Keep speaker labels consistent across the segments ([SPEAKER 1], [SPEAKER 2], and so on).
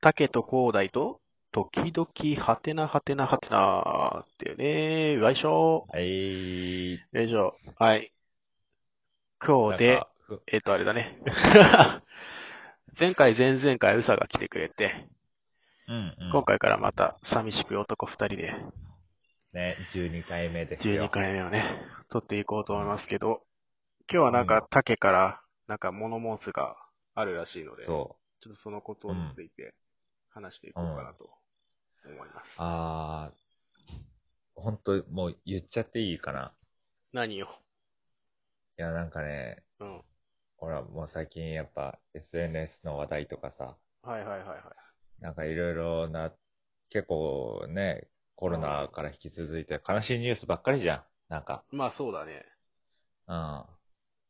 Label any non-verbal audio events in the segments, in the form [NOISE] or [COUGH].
[SPEAKER 1] 竹と広大と、時々、はてなはてなはてなっていうね。よいしょ。
[SPEAKER 2] はい。
[SPEAKER 1] よいしょ。はい。今日
[SPEAKER 2] なん
[SPEAKER 1] で
[SPEAKER 2] か、ふ
[SPEAKER 1] えっと、あれだね。 [LAUGHS] 前回、前々回、うさが来てくれて、
[SPEAKER 2] うん、うん。
[SPEAKER 1] 今回からまた、寂しく男二人で、
[SPEAKER 2] ね、12回目ですよ。
[SPEAKER 1] 12回目をね、撮っていこうと思いますけど、今日はなんか、竹から、なんか、物申すがあるらしいので、ちょ
[SPEAKER 2] そう。
[SPEAKER 1] っとそのことについて、話していこうかなと思います。
[SPEAKER 2] あー、ほんと、もう言っちゃっていいかな。
[SPEAKER 1] 何よ。
[SPEAKER 2] いや、なんかね、
[SPEAKER 1] うん。
[SPEAKER 2] ほら、もう最近やっぱ SNS の話題とかさ、
[SPEAKER 1] はいはいはいはい。
[SPEAKER 2] なんかいろいろな、結構ね、コロナから引き続いて悲しいニュースばっかりじゃん。なんか、
[SPEAKER 1] まあそうだね。
[SPEAKER 2] うん。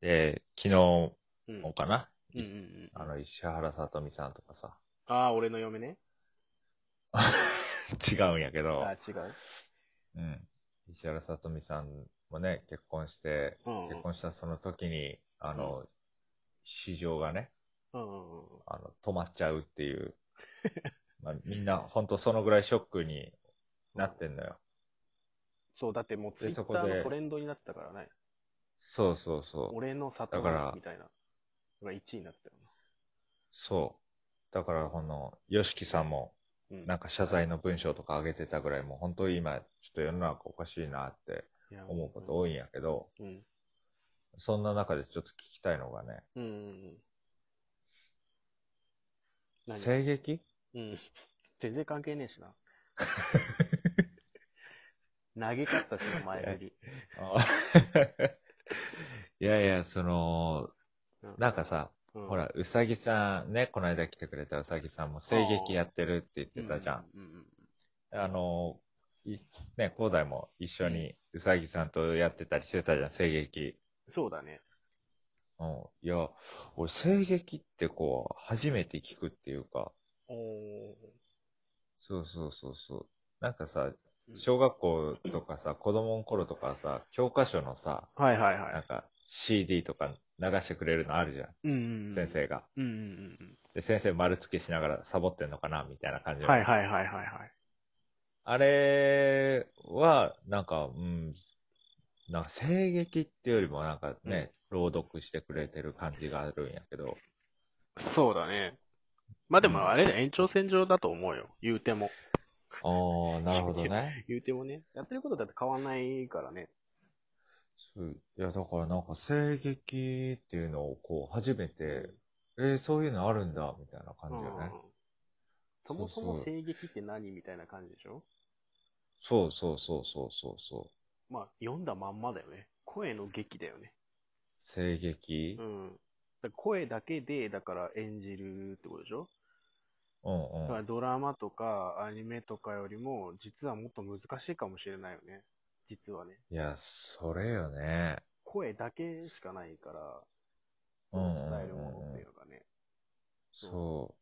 [SPEAKER 2] で、昨日
[SPEAKER 1] うん。
[SPEAKER 2] もかな、
[SPEAKER 1] うんうんうん。
[SPEAKER 2] あの、石原さとみさんとかさ、 [LAUGHS]
[SPEAKER 1] ああ、俺の嫁ね。
[SPEAKER 2] 違うんやけど、
[SPEAKER 1] ああ、違う。
[SPEAKER 2] うん。石原さとみさんもね、結婚して、
[SPEAKER 1] うんうん
[SPEAKER 2] 結婚したその時に、あの、市場がね、
[SPEAKER 1] うんうんうん。
[SPEAKER 2] あの、止まっちゃうっていう。
[SPEAKER 1] [LAUGHS]
[SPEAKER 2] まあ、みんな、ほんとそのぐらいショックになってんのよ。
[SPEAKER 1] そう、だってもうツイ
[SPEAKER 2] で
[SPEAKER 1] ッタ
[SPEAKER 2] そ
[SPEAKER 1] ー
[SPEAKER 2] こで
[SPEAKER 1] のトレンドになったからね。
[SPEAKER 2] そうそうそう。
[SPEAKER 1] 俺の里
[SPEAKER 2] だから
[SPEAKER 1] みたいな。が1位になったよ
[SPEAKER 2] そう。だから、この、ヨシキさんも、
[SPEAKER 1] な。うん。
[SPEAKER 2] なんか謝罪の文章とか上げてたぐらい、もう本当に今、ちょっと世の中おかしいなって
[SPEAKER 1] いや
[SPEAKER 2] 思うこと多いんやけど、
[SPEAKER 1] うん。
[SPEAKER 2] そんな中でちょっと聞きたいのがね、
[SPEAKER 1] うんうんうん。何
[SPEAKER 2] 声劇
[SPEAKER 1] うん。 [LAUGHS] 全然関係ねえ
[SPEAKER 2] [LAUGHS]
[SPEAKER 1] しな。嘆かったしな、前振り。
[SPEAKER 2] あ [LAUGHS] いやいや、その、
[SPEAKER 1] う
[SPEAKER 2] なんか、さ、
[SPEAKER 1] う
[SPEAKER 2] ほ、ら、うさぎさんね、この間来てくれたうさぎさんも声劇やってるって言ってたじゃん。
[SPEAKER 1] うんうん
[SPEAKER 2] あの、いね、広大も一緒にうさぎさんとやってたりしてたじゃん、声劇。
[SPEAKER 1] うん。そうだね。
[SPEAKER 2] うん。いや、俺、声劇ってこう、初めて聞くっていうか、
[SPEAKER 1] おー。
[SPEAKER 2] そうそうそうそう。なんかさ、
[SPEAKER 1] うん
[SPEAKER 2] 小学校とかさ、子供の頃とかさ、教科書のさ、
[SPEAKER 1] はいはい
[SPEAKER 2] な
[SPEAKER 1] は
[SPEAKER 2] んか CD とか流してくれるのあるじゃん、
[SPEAKER 1] い。うんうん。
[SPEAKER 2] 先。生が。
[SPEAKER 1] うんうんうん
[SPEAKER 2] で、先生丸付けしながらサボってんのかなみたいな感じ
[SPEAKER 1] うん。
[SPEAKER 2] の
[SPEAKER 1] はいはいはいはいはい。
[SPEAKER 2] あれは、なんか、うん、なんか、声劇っていうよりも、なんかね、朗読してくれてる感じがあるんやけど、
[SPEAKER 1] そうだね。まあで
[SPEAKER 2] う
[SPEAKER 1] も
[SPEAKER 2] ん
[SPEAKER 1] あれだよ、延長線上だと思うよ。言うても。
[SPEAKER 2] ああ、なるほどね。
[SPEAKER 1] 言うてもね。やってることだって変わんないからね。
[SPEAKER 2] そういや、だからなんか、声劇っていうのを、こう、初めて、えー、そういうのあるんだ、みたいな感じよね。
[SPEAKER 1] そもそも
[SPEAKER 2] そうそう
[SPEAKER 1] 声劇って何みたいな感じでしょ
[SPEAKER 2] そうそうそうそうそうそう。
[SPEAKER 1] まあ、読んだまんまだよね。声の劇だよね。
[SPEAKER 2] 声劇
[SPEAKER 1] うん。だから声だけで、だから演じるってことでしょ
[SPEAKER 2] う
[SPEAKER 1] だ
[SPEAKER 2] ん
[SPEAKER 1] か
[SPEAKER 2] う
[SPEAKER 1] ら
[SPEAKER 2] ん。
[SPEAKER 1] ドラマとかアニメとかよりも、実はもっと難しいかもしれないよね。実はね。
[SPEAKER 2] いや、それよね。
[SPEAKER 1] 声だけしかないから、その伝えるものっていうのがね。
[SPEAKER 2] そ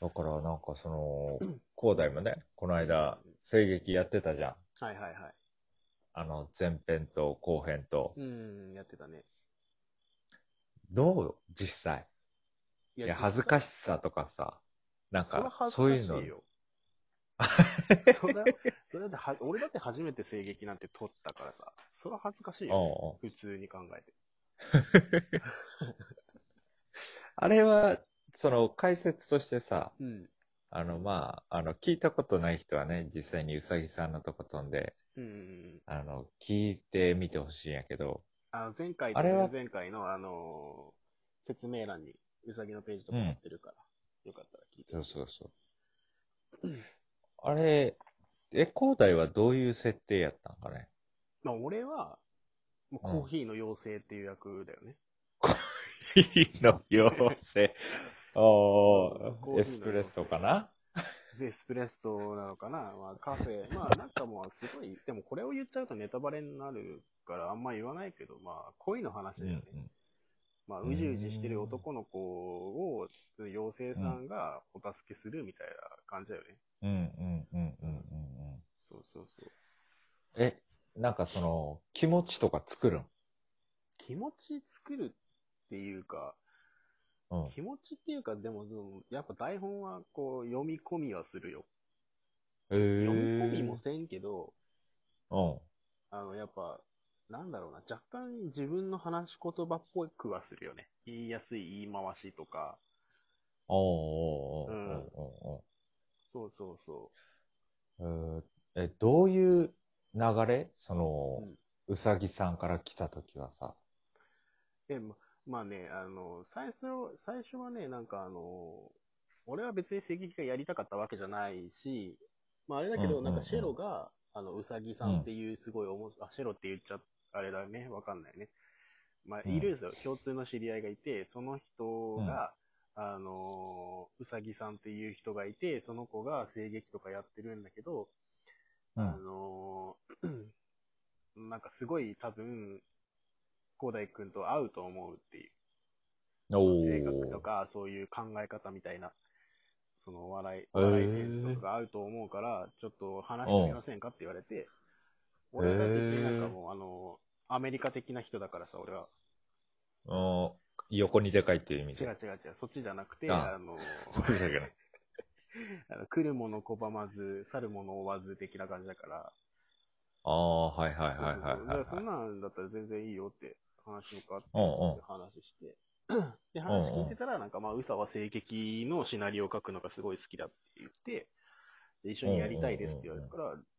[SPEAKER 2] う。だから、なんかその、 [CLEARS THROAT] 広大もね、この間、声劇やってたじゃん。
[SPEAKER 1] はいはいはい。
[SPEAKER 2] あの、前編と後編と。
[SPEAKER 1] うん、やってたね。
[SPEAKER 2] どう実際。
[SPEAKER 1] い
[SPEAKER 2] いや、恥ずか
[SPEAKER 1] しい。
[SPEAKER 2] しさとかさ。なん
[SPEAKER 1] それは
[SPEAKER 2] か、
[SPEAKER 1] 恥ず
[SPEAKER 2] そう
[SPEAKER 1] かし
[SPEAKER 2] いう
[SPEAKER 1] い
[SPEAKER 2] の。
[SPEAKER 1] よ。 [LAUGHS] それは、それだっては、俺だって初めて声劇なんて撮ったからさ、それは恥ずかしいよ。
[SPEAKER 2] うんう
[SPEAKER 1] 普
[SPEAKER 2] ん
[SPEAKER 1] 通に考えて。
[SPEAKER 2] あれは、その、解説としてさ、
[SPEAKER 1] うん。
[SPEAKER 2] あの、まあ、あの、聞いたことない人はね、実際にうさぎさんのとこ飛んで、
[SPEAKER 1] うんうんうん。
[SPEAKER 2] あの、聞いてみてほしいんやけど、
[SPEAKER 1] あの、前回と
[SPEAKER 2] あれは
[SPEAKER 1] 前々回の、あのー説明欄に、うさぎのページとか載ってるから、よかったら聞いて
[SPEAKER 2] そう
[SPEAKER 1] ほしい
[SPEAKER 2] そうそう。あれ、え、広大はどういう設定やったんかね
[SPEAKER 1] まあ、俺は、もうコーヒーの妖精っていう役だよね。
[SPEAKER 2] いいの妖精。
[SPEAKER 1] そう
[SPEAKER 2] お
[SPEAKER 1] そう
[SPEAKER 2] ー、エスプレッソかな
[SPEAKER 1] で、エスプレッソなのかな、まあ、カフ
[SPEAKER 2] [LAUGHS]
[SPEAKER 1] ェ、まあ、なんかもうすごい、でもこれを言っちゃうとネタバレになるから、あんま言わないけど、まあ、恋の話
[SPEAKER 2] う
[SPEAKER 1] だ
[SPEAKER 2] ん
[SPEAKER 1] よ
[SPEAKER 2] う
[SPEAKER 1] ね。
[SPEAKER 2] ん。
[SPEAKER 1] まあ、うじうじしてる男の子を、妖精さんがお助けするみたいな感じだよね。
[SPEAKER 2] うんうんうんうんうんうん。
[SPEAKER 1] そうそうそう。
[SPEAKER 2] え、なんかその、気持ちとか作るん
[SPEAKER 1] 気持ち作るっていうか、
[SPEAKER 2] うん。
[SPEAKER 1] 気持ちっていうか、でもその、やっぱ台本はこう、読み込みはするよ。
[SPEAKER 2] えー、
[SPEAKER 1] 読み込みもせんけど、
[SPEAKER 2] うん。
[SPEAKER 1] あの、やっぱ、なんだろうな、若干自分の話し言葉っぽくはするよね。言いやすい言い回しとか、
[SPEAKER 2] おうおうおう
[SPEAKER 1] うん
[SPEAKER 2] お
[SPEAKER 1] そうそうそう
[SPEAKER 2] おうおうえーえ、どういう流れその
[SPEAKER 1] う、ん
[SPEAKER 2] うさぎさんから来た時はさ。
[SPEAKER 1] う。え、ま、まあね、あの、最初、最初はね、なんかあの、俺は別に石器がやりたかったわけじゃないし、まああれだけ
[SPEAKER 2] うんうん
[SPEAKER 1] ど、
[SPEAKER 2] うん
[SPEAKER 1] なんかシェロが、あの、うさぎさんっていうすごいおも、あ、シェロって言っちゃ、あれだね、わかんないね。まあ、
[SPEAKER 2] うん
[SPEAKER 1] いるんですよ、共通の知り合いがいて、その人が、あの、うさぎさんっていう人がいて、その子が声劇とかやってるんだけど、
[SPEAKER 2] う
[SPEAKER 1] あ
[SPEAKER 2] ん。
[SPEAKER 1] の [CLEARS THROAT] ーなんかすごい多分、広大くんと合うと思うっていう。
[SPEAKER 2] お
[SPEAKER 1] 性格と
[SPEAKER 2] ー
[SPEAKER 1] か、そういう考え方みたいな、そのお笑い、
[SPEAKER 2] え
[SPEAKER 1] お
[SPEAKER 2] ー
[SPEAKER 1] 笑いセンスとかが合うと思うから、ちょっと話してみませんかって言われて、俺は別になんかもう、あのーアメリカ的な人だからさ、俺は。
[SPEAKER 2] うん横にでかいっていう意味
[SPEAKER 1] 違う
[SPEAKER 2] で。
[SPEAKER 1] 違う違う、そっちじゃなくて、
[SPEAKER 2] あ
[SPEAKER 1] あのー
[SPEAKER 2] 申し訳ない。
[SPEAKER 1] あの来るもの拒まず、去るもの追わず的な感じだから、
[SPEAKER 2] ああ、はいはいはい
[SPEAKER 1] そうそうそうだから
[SPEAKER 2] はいはい
[SPEAKER 1] そ
[SPEAKER 2] はい
[SPEAKER 1] ん。なんだったら全然いいよって話しようかって。
[SPEAKER 2] うん
[SPEAKER 1] 話して、で、話聞いてたら、なんかまあ、うさは声劇のシナリオを書くのがすごい好きだって言って、で一緒にやりたいですって言われたか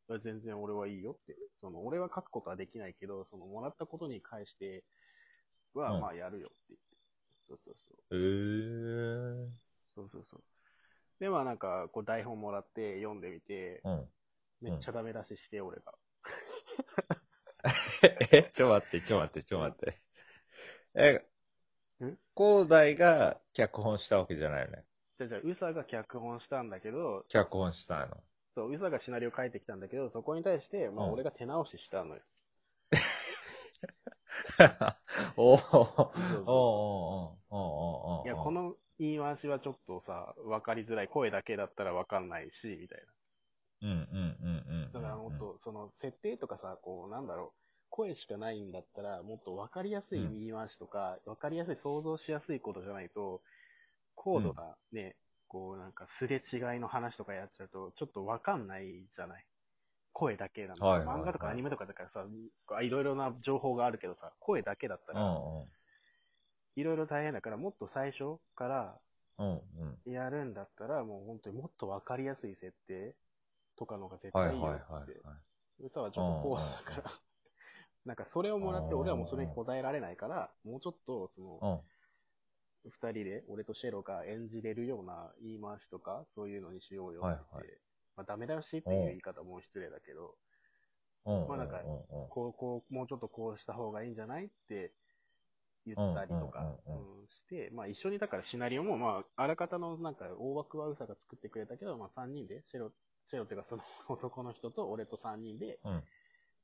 [SPEAKER 1] ら、全然俺はいいよって、その、俺は書くことはできないけど、その、もらったことに返して
[SPEAKER 2] う
[SPEAKER 1] は、
[SPEAKER 2] ん
[SPEAKER 1] まあ、やるよって言って。そうそうそう。
[SPEAKER 2] うん。
[SPEAKER 1] そうそうそう。で、まあなんか、こう台本もらって読んでみて
[SPEAKER 2] え、
[SPEAKER 1] [LAUGHS]
[SPEAKER 2] ー。うん。
[SPEAKER 1] めっちゃダメ出しして、俺が。
[SPEAKER 2] え、ちょ待って、ちょ待って、ちょ待って。え
[SPEAKER 1] ん、
[SPEAKER 2] 広大が脚本したわけじゃないよね。
[SPEAKER 1] じゃあじゃあ、うさが脚本したんだけど、
[SPEAKER 2] 脚本したの。 [LAUGHS]
[SPEAKER 1] そう、うさがシナリオ書いてきたんだけど、そこに対して、まあ
[SPEAKER 2] うん
[SPEAKER 1] 俺が手直ししたのよ。そうそうそう
[SPEAKER 2] おーおーおーおーおーおーおー
[SPEAKER 1] いや、こ、の言い回しはちょっとさ、わかりづらい。声だけだったらわかんないし、みたい
[SPEAKER 2] うんうんうんうん。
[SPEAKER 1] な。だからもっと、その、設定とかさ、こう、なんだろう、声しかないんだったら、もっとわかりやすい言い回しとか、わかりやすい、想像しやすいことじゃないと、高度なね、こう、なんか、すれ違いの話とかやっちゃうと、ちょっとわかんないじゃない。声だけなんだ、
[SPEAKER 2] はいはいはい
[SPEAKER 1] 漫画とかアニメとかだからさ、こういろいろな情報があるけどさ、声だけだった
[SPEAKER 2] う
[SPEAKER 1] ら、
[SPEAKER 2] ん
[SPEAKER 1] いろいろ大変だから、もっと最初から、
[SPEAKER 2] うん。うんうん。
[SPEAKER 1] やるんだったら、もう本当にもっとわかりやすい設定とかのが絶
[SPEAKER 2] はいは
[SPEAKER 1] 対いい
[SPEAKER 2] いはい
[SPEAKER 1] よ
[SPEAKER 2] は
[SPEAKER 1] っつって。
[SPEAKER 2] い。
[SPEAKER 1] うさはちょっとこうだから、なんかそれをもらって、
[SPEAKER 2] うん
[SPEAKER 1] 俺はもうそれに答えられないから、もうちょっと、その、
[SPEAKER 2] うん。
[SPEAKER 1] 二人で、俺とシェロが演じれるような言い回しとか、そういうのにしようよって言って、
[SPEAKER 2] はい
[SPEAKER 1] まあダメ出しっていう言い方も失礼だけど、
[SPEAKER 2] うん。
[SPEAKER 1] まあなんか
[SPEAKER 2] うんうん
[SPEAKER 1] こう、こう、もうちょっとこうした方がいいんじゃないって言ったりとか、
[SPEAKER 2] うんうんうん
[SPEAKER 1] うんして、まあ一緒にだからシナリオも、まああらかたのなんか大枠はウサが作ってくれたけど、まあ3人で、シェロ、シェロっていうかその [LAUGHS] 男の人と俺と3人で、
[SPEAKER 2] うん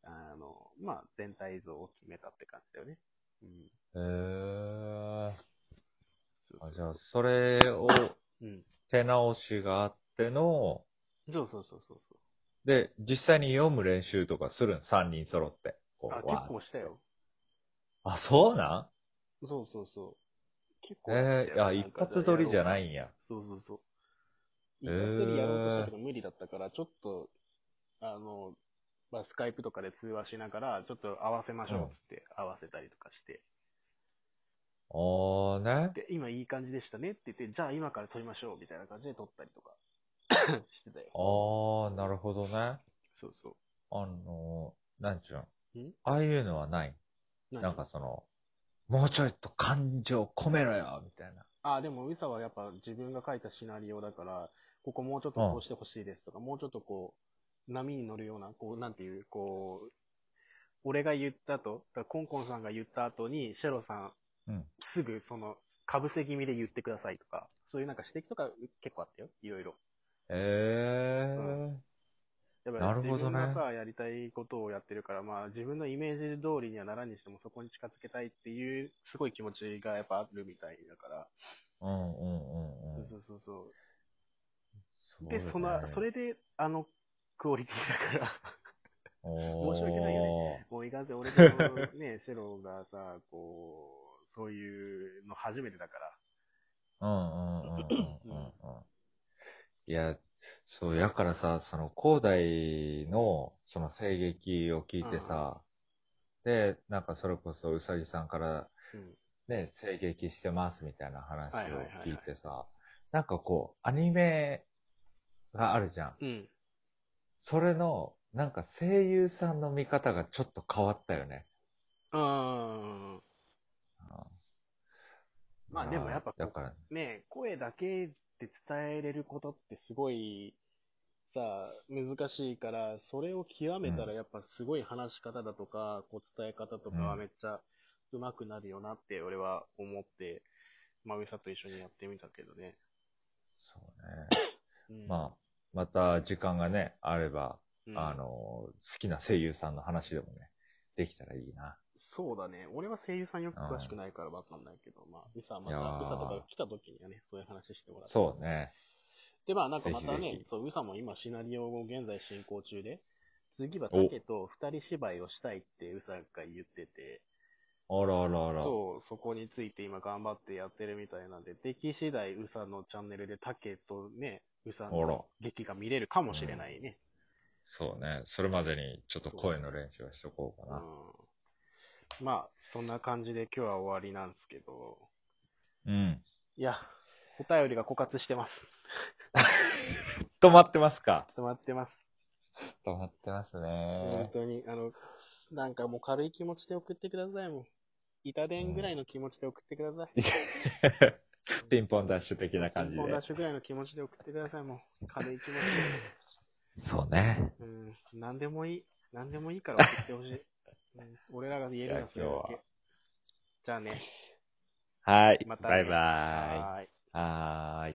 [SPEAKER 1] あの、まあ全体像を決めたって感じだよね。うん。
[SPEAKER 2] へー
[SPEAKER 1] そう
[SPEAKER 2] あ
[SPEAKER 1] そう
[SPEAKER 2] じ
[SPEAKER 1] そう
[SPEAKER 2] ゃあ、それを
[SPEAKER 1] うん。
[SPEAKER 2] 手直しがあっての、
[SPEAKER 1] そうそうそうそうそう。
[SPEAKER 2] で、実際に読む練習とかするの ?3 人揃って。こう
[SPEAKER 1] あ、
[SPEAKER 2] わー
[SPEAKER 1] 結構したよ。
[SPEAKER 2] あ、そうなん
[SPEAKER 1] そうそうそう。結構やったよ。。
[SPEAKER 2] えー、あ、一発撮りじゃないいんや。
[SPEAKER 1] そうそうそう。
[SPEAKER 2] え
[SPEAKER 1] 一
[SPEAKER 2] ー
[SPEAKER 1] 発撮りやろうとしたけど無理だったから、ちょっと、あの、まあ、スカイプとかで通話しながら、ちょっと合わせましょうっつって、合わせたりとかして。
[SPEAKER 2] おーね。
[SPEAKER 1] で、今いい感じでしたねって言って、じゃあ今から撮りましょうみたいな感じで撮ったり
[SPEAKER 2] [LAUGHS]
[SPEAKER 1] とかしてたよ。
[SPEAKER 2] ああ、なるほどね。
[SPEAKER 1] そうそ
[SPEAKER 2] あのー、なんちゅうんん。ああいうのはない。
[SPEAKER 1] う。
[SPEAKER 2] なんかその、もうちょいと感情込めろよみたいな。
[SPEAKER 1] あ、でも、ウサはやっぱ自分が書いたシナリオだから、ここもうちょっとこうしてほしいですとか、もうちょっとこう、波に乗るような、こう、なんていう、こう、俺が言った後、だからコンコンさんが言った後に、シェロさん、
[SPEAKER 2] うん
[SPEAKER 1] すぐその、かぶせ気味で言ってくださいとか、そういうなんか指摘とか結構あったよ、いろいろ。
[SPEAKER 2] ええー。
[SPEAKER 1] やっ
[SPEAKER 2] な
[SPEAKER 1] ぱ
[SPEAKER 2] る
[SPEAKER 1] 自
[SPEAKER 2] ほど
[SPEAKER 1] 分
[SPEAKER 2] ね
[SPEAKER 1] がさ、やりたいことをやってるから、まあ自分のイメージ通りにはならんにしてもそこに近づけたいっていう、すごい気持ちがやっぱあるみたいだから、
[SPEAKER 2] うんうんうんうん。
[SPEAKER 1] そうそうそうそう。
[SPEAKER 2] そう
[SPEAKER 1] で、
[SPEAKER 2] だね
[SPEAKER 1] その、そ、れで、あの、クオリティだから、
[SPEAKER 2] [LAUGHS] 申
[SPEAKER 1] 申し訳ないよ
[SPEAKER 2] ね。
[SPEAKER 1] もういかんせん、俺 [LAUGHS] とね、シェロがさ、こう、そういうの初めてだから、
[SPEAKER 2] うんうんうんうんうんうん。いや、そう、やからさ、その、広大の、その、声劇を聞いてさ、で、なんか、それこそ、うさぎさんから、
[SPEAKER 1] うん。
[SPEAKER 2] ね、声劇してますみたいな話
[SPEAKER 1] はいはい
[SPEAKER 2] を
[SPEAKER 1] はいはい
[SPEAKER 2] 聞いてさ、なんかこう、アニメがあるじゃん。
[SPEAKER 1] うん。
[SPEAKER 2] それの、なんか声優さんの見方がちょっと変わったよね。
[SPEAKER 1] あー
[SPEAKER 2] うん
[SPEAKER 1] まあでもやっぱこう
[SPEAKER 2] だから、
[SPEAKER 1] ねえ、声だけで伝えれることってすごい、さあ、難しいから、それを極めたら
[SPEAKER 2] う
[SPEAKER 1] やっぱすごい話し方だとか、こう伝え方とか
[SPEAKER 2] う
[SPEAKER 1] は
[SPEAKER 2] ん
[SPEAKER 1] めっちゃ上手くなるよなって俺は思って、まぐさと一緒にやってみたけどね。
[SPEAKER 2] そうね。まあ、また時間がね、あれば、
[SPEAKER 1] あ
[SPEAKER 2] あの、好きな声優さんの話でもね、できたらいいな。
[SPEAKER 1] そうだね。俺は声優さんよく詳しくないからわかんないけど、まあ、うさ、また、
[SPEAKER 2] いやー
[SPEAKER 1] うさとか来た時にはね、そういう話してもらって。
[SPEAKER 2] そうね。
[SPEAKER 1] で、まあ、なんかまたね、
[SPEAKER 2] ぜひぜひ
[SPEAKER 1] そう、うさも今シナリオを現在進行中で、次はタケと二人芝居をしたいってうさが言ってて、
[SPEAKER 2] あらあらあら。
[SPEAKER 1] そう、そこについて今頑張ってやってるみたいなんで、出来次第うさのチャンネルでタケとね、うさ
[SPEAKER 2] あら
[SPEAKER 1] の劇が見れるかもしれないね。
[SPEAKER 2] そうね。それまでに、ちょっと声の練習をしとこうか
[SPEAKER 1] う
[SPEAKER 2] な。
[SPEAKER 1] ん。まあ、そんな感じで今日は終わりなんですけど、
[SPEAKER 2] うん。
[SPEAKER 1] いや、お便りが枯渇してます。
[SPEAKER 2] 止まってますか
[SPEAKER 1] 止まってます。
[SPEAKER 2] 止まってます
[SPEAKER 1] 本
[SPEAKER 2] ね。
[SPEAKER 1] 当に、あの、なんかもう軽い気持ちで送ってくださいもん。板伝ぐらいの気持ちで送ってください。
[SPEAKER 2] ピンポンダッシュ的な感
[SPEAKER 1] ピ
[SPEAKER 2] じ
[SPEAKER 1] ンポン
[SPEAKER 2] で
[SPEAKER 1] ダッ。シュぐらいの気持ちで送ってくださいもん。軽い気持
[SPEAKER 2] そうね。
[SPEAKER 1] ちで。うん、なんでもいい。なんでもいいから送ってほしい。うん俺らが言えるのはそれだ
[SPEAKER 2] いや今日
[SPEAKER 1] け
[SPEAKER 2] は。
[SPEAKER 1] じゃあね。
[SPEAKER 2] はい。
[SPEAKER 1] また
[SPEAKER 2] バ
[SPEAKER 1] ね
[SPEAKER 2] イバ
[SPEAKER 1] はーい。
[SPEAKER 2] イ。はーい。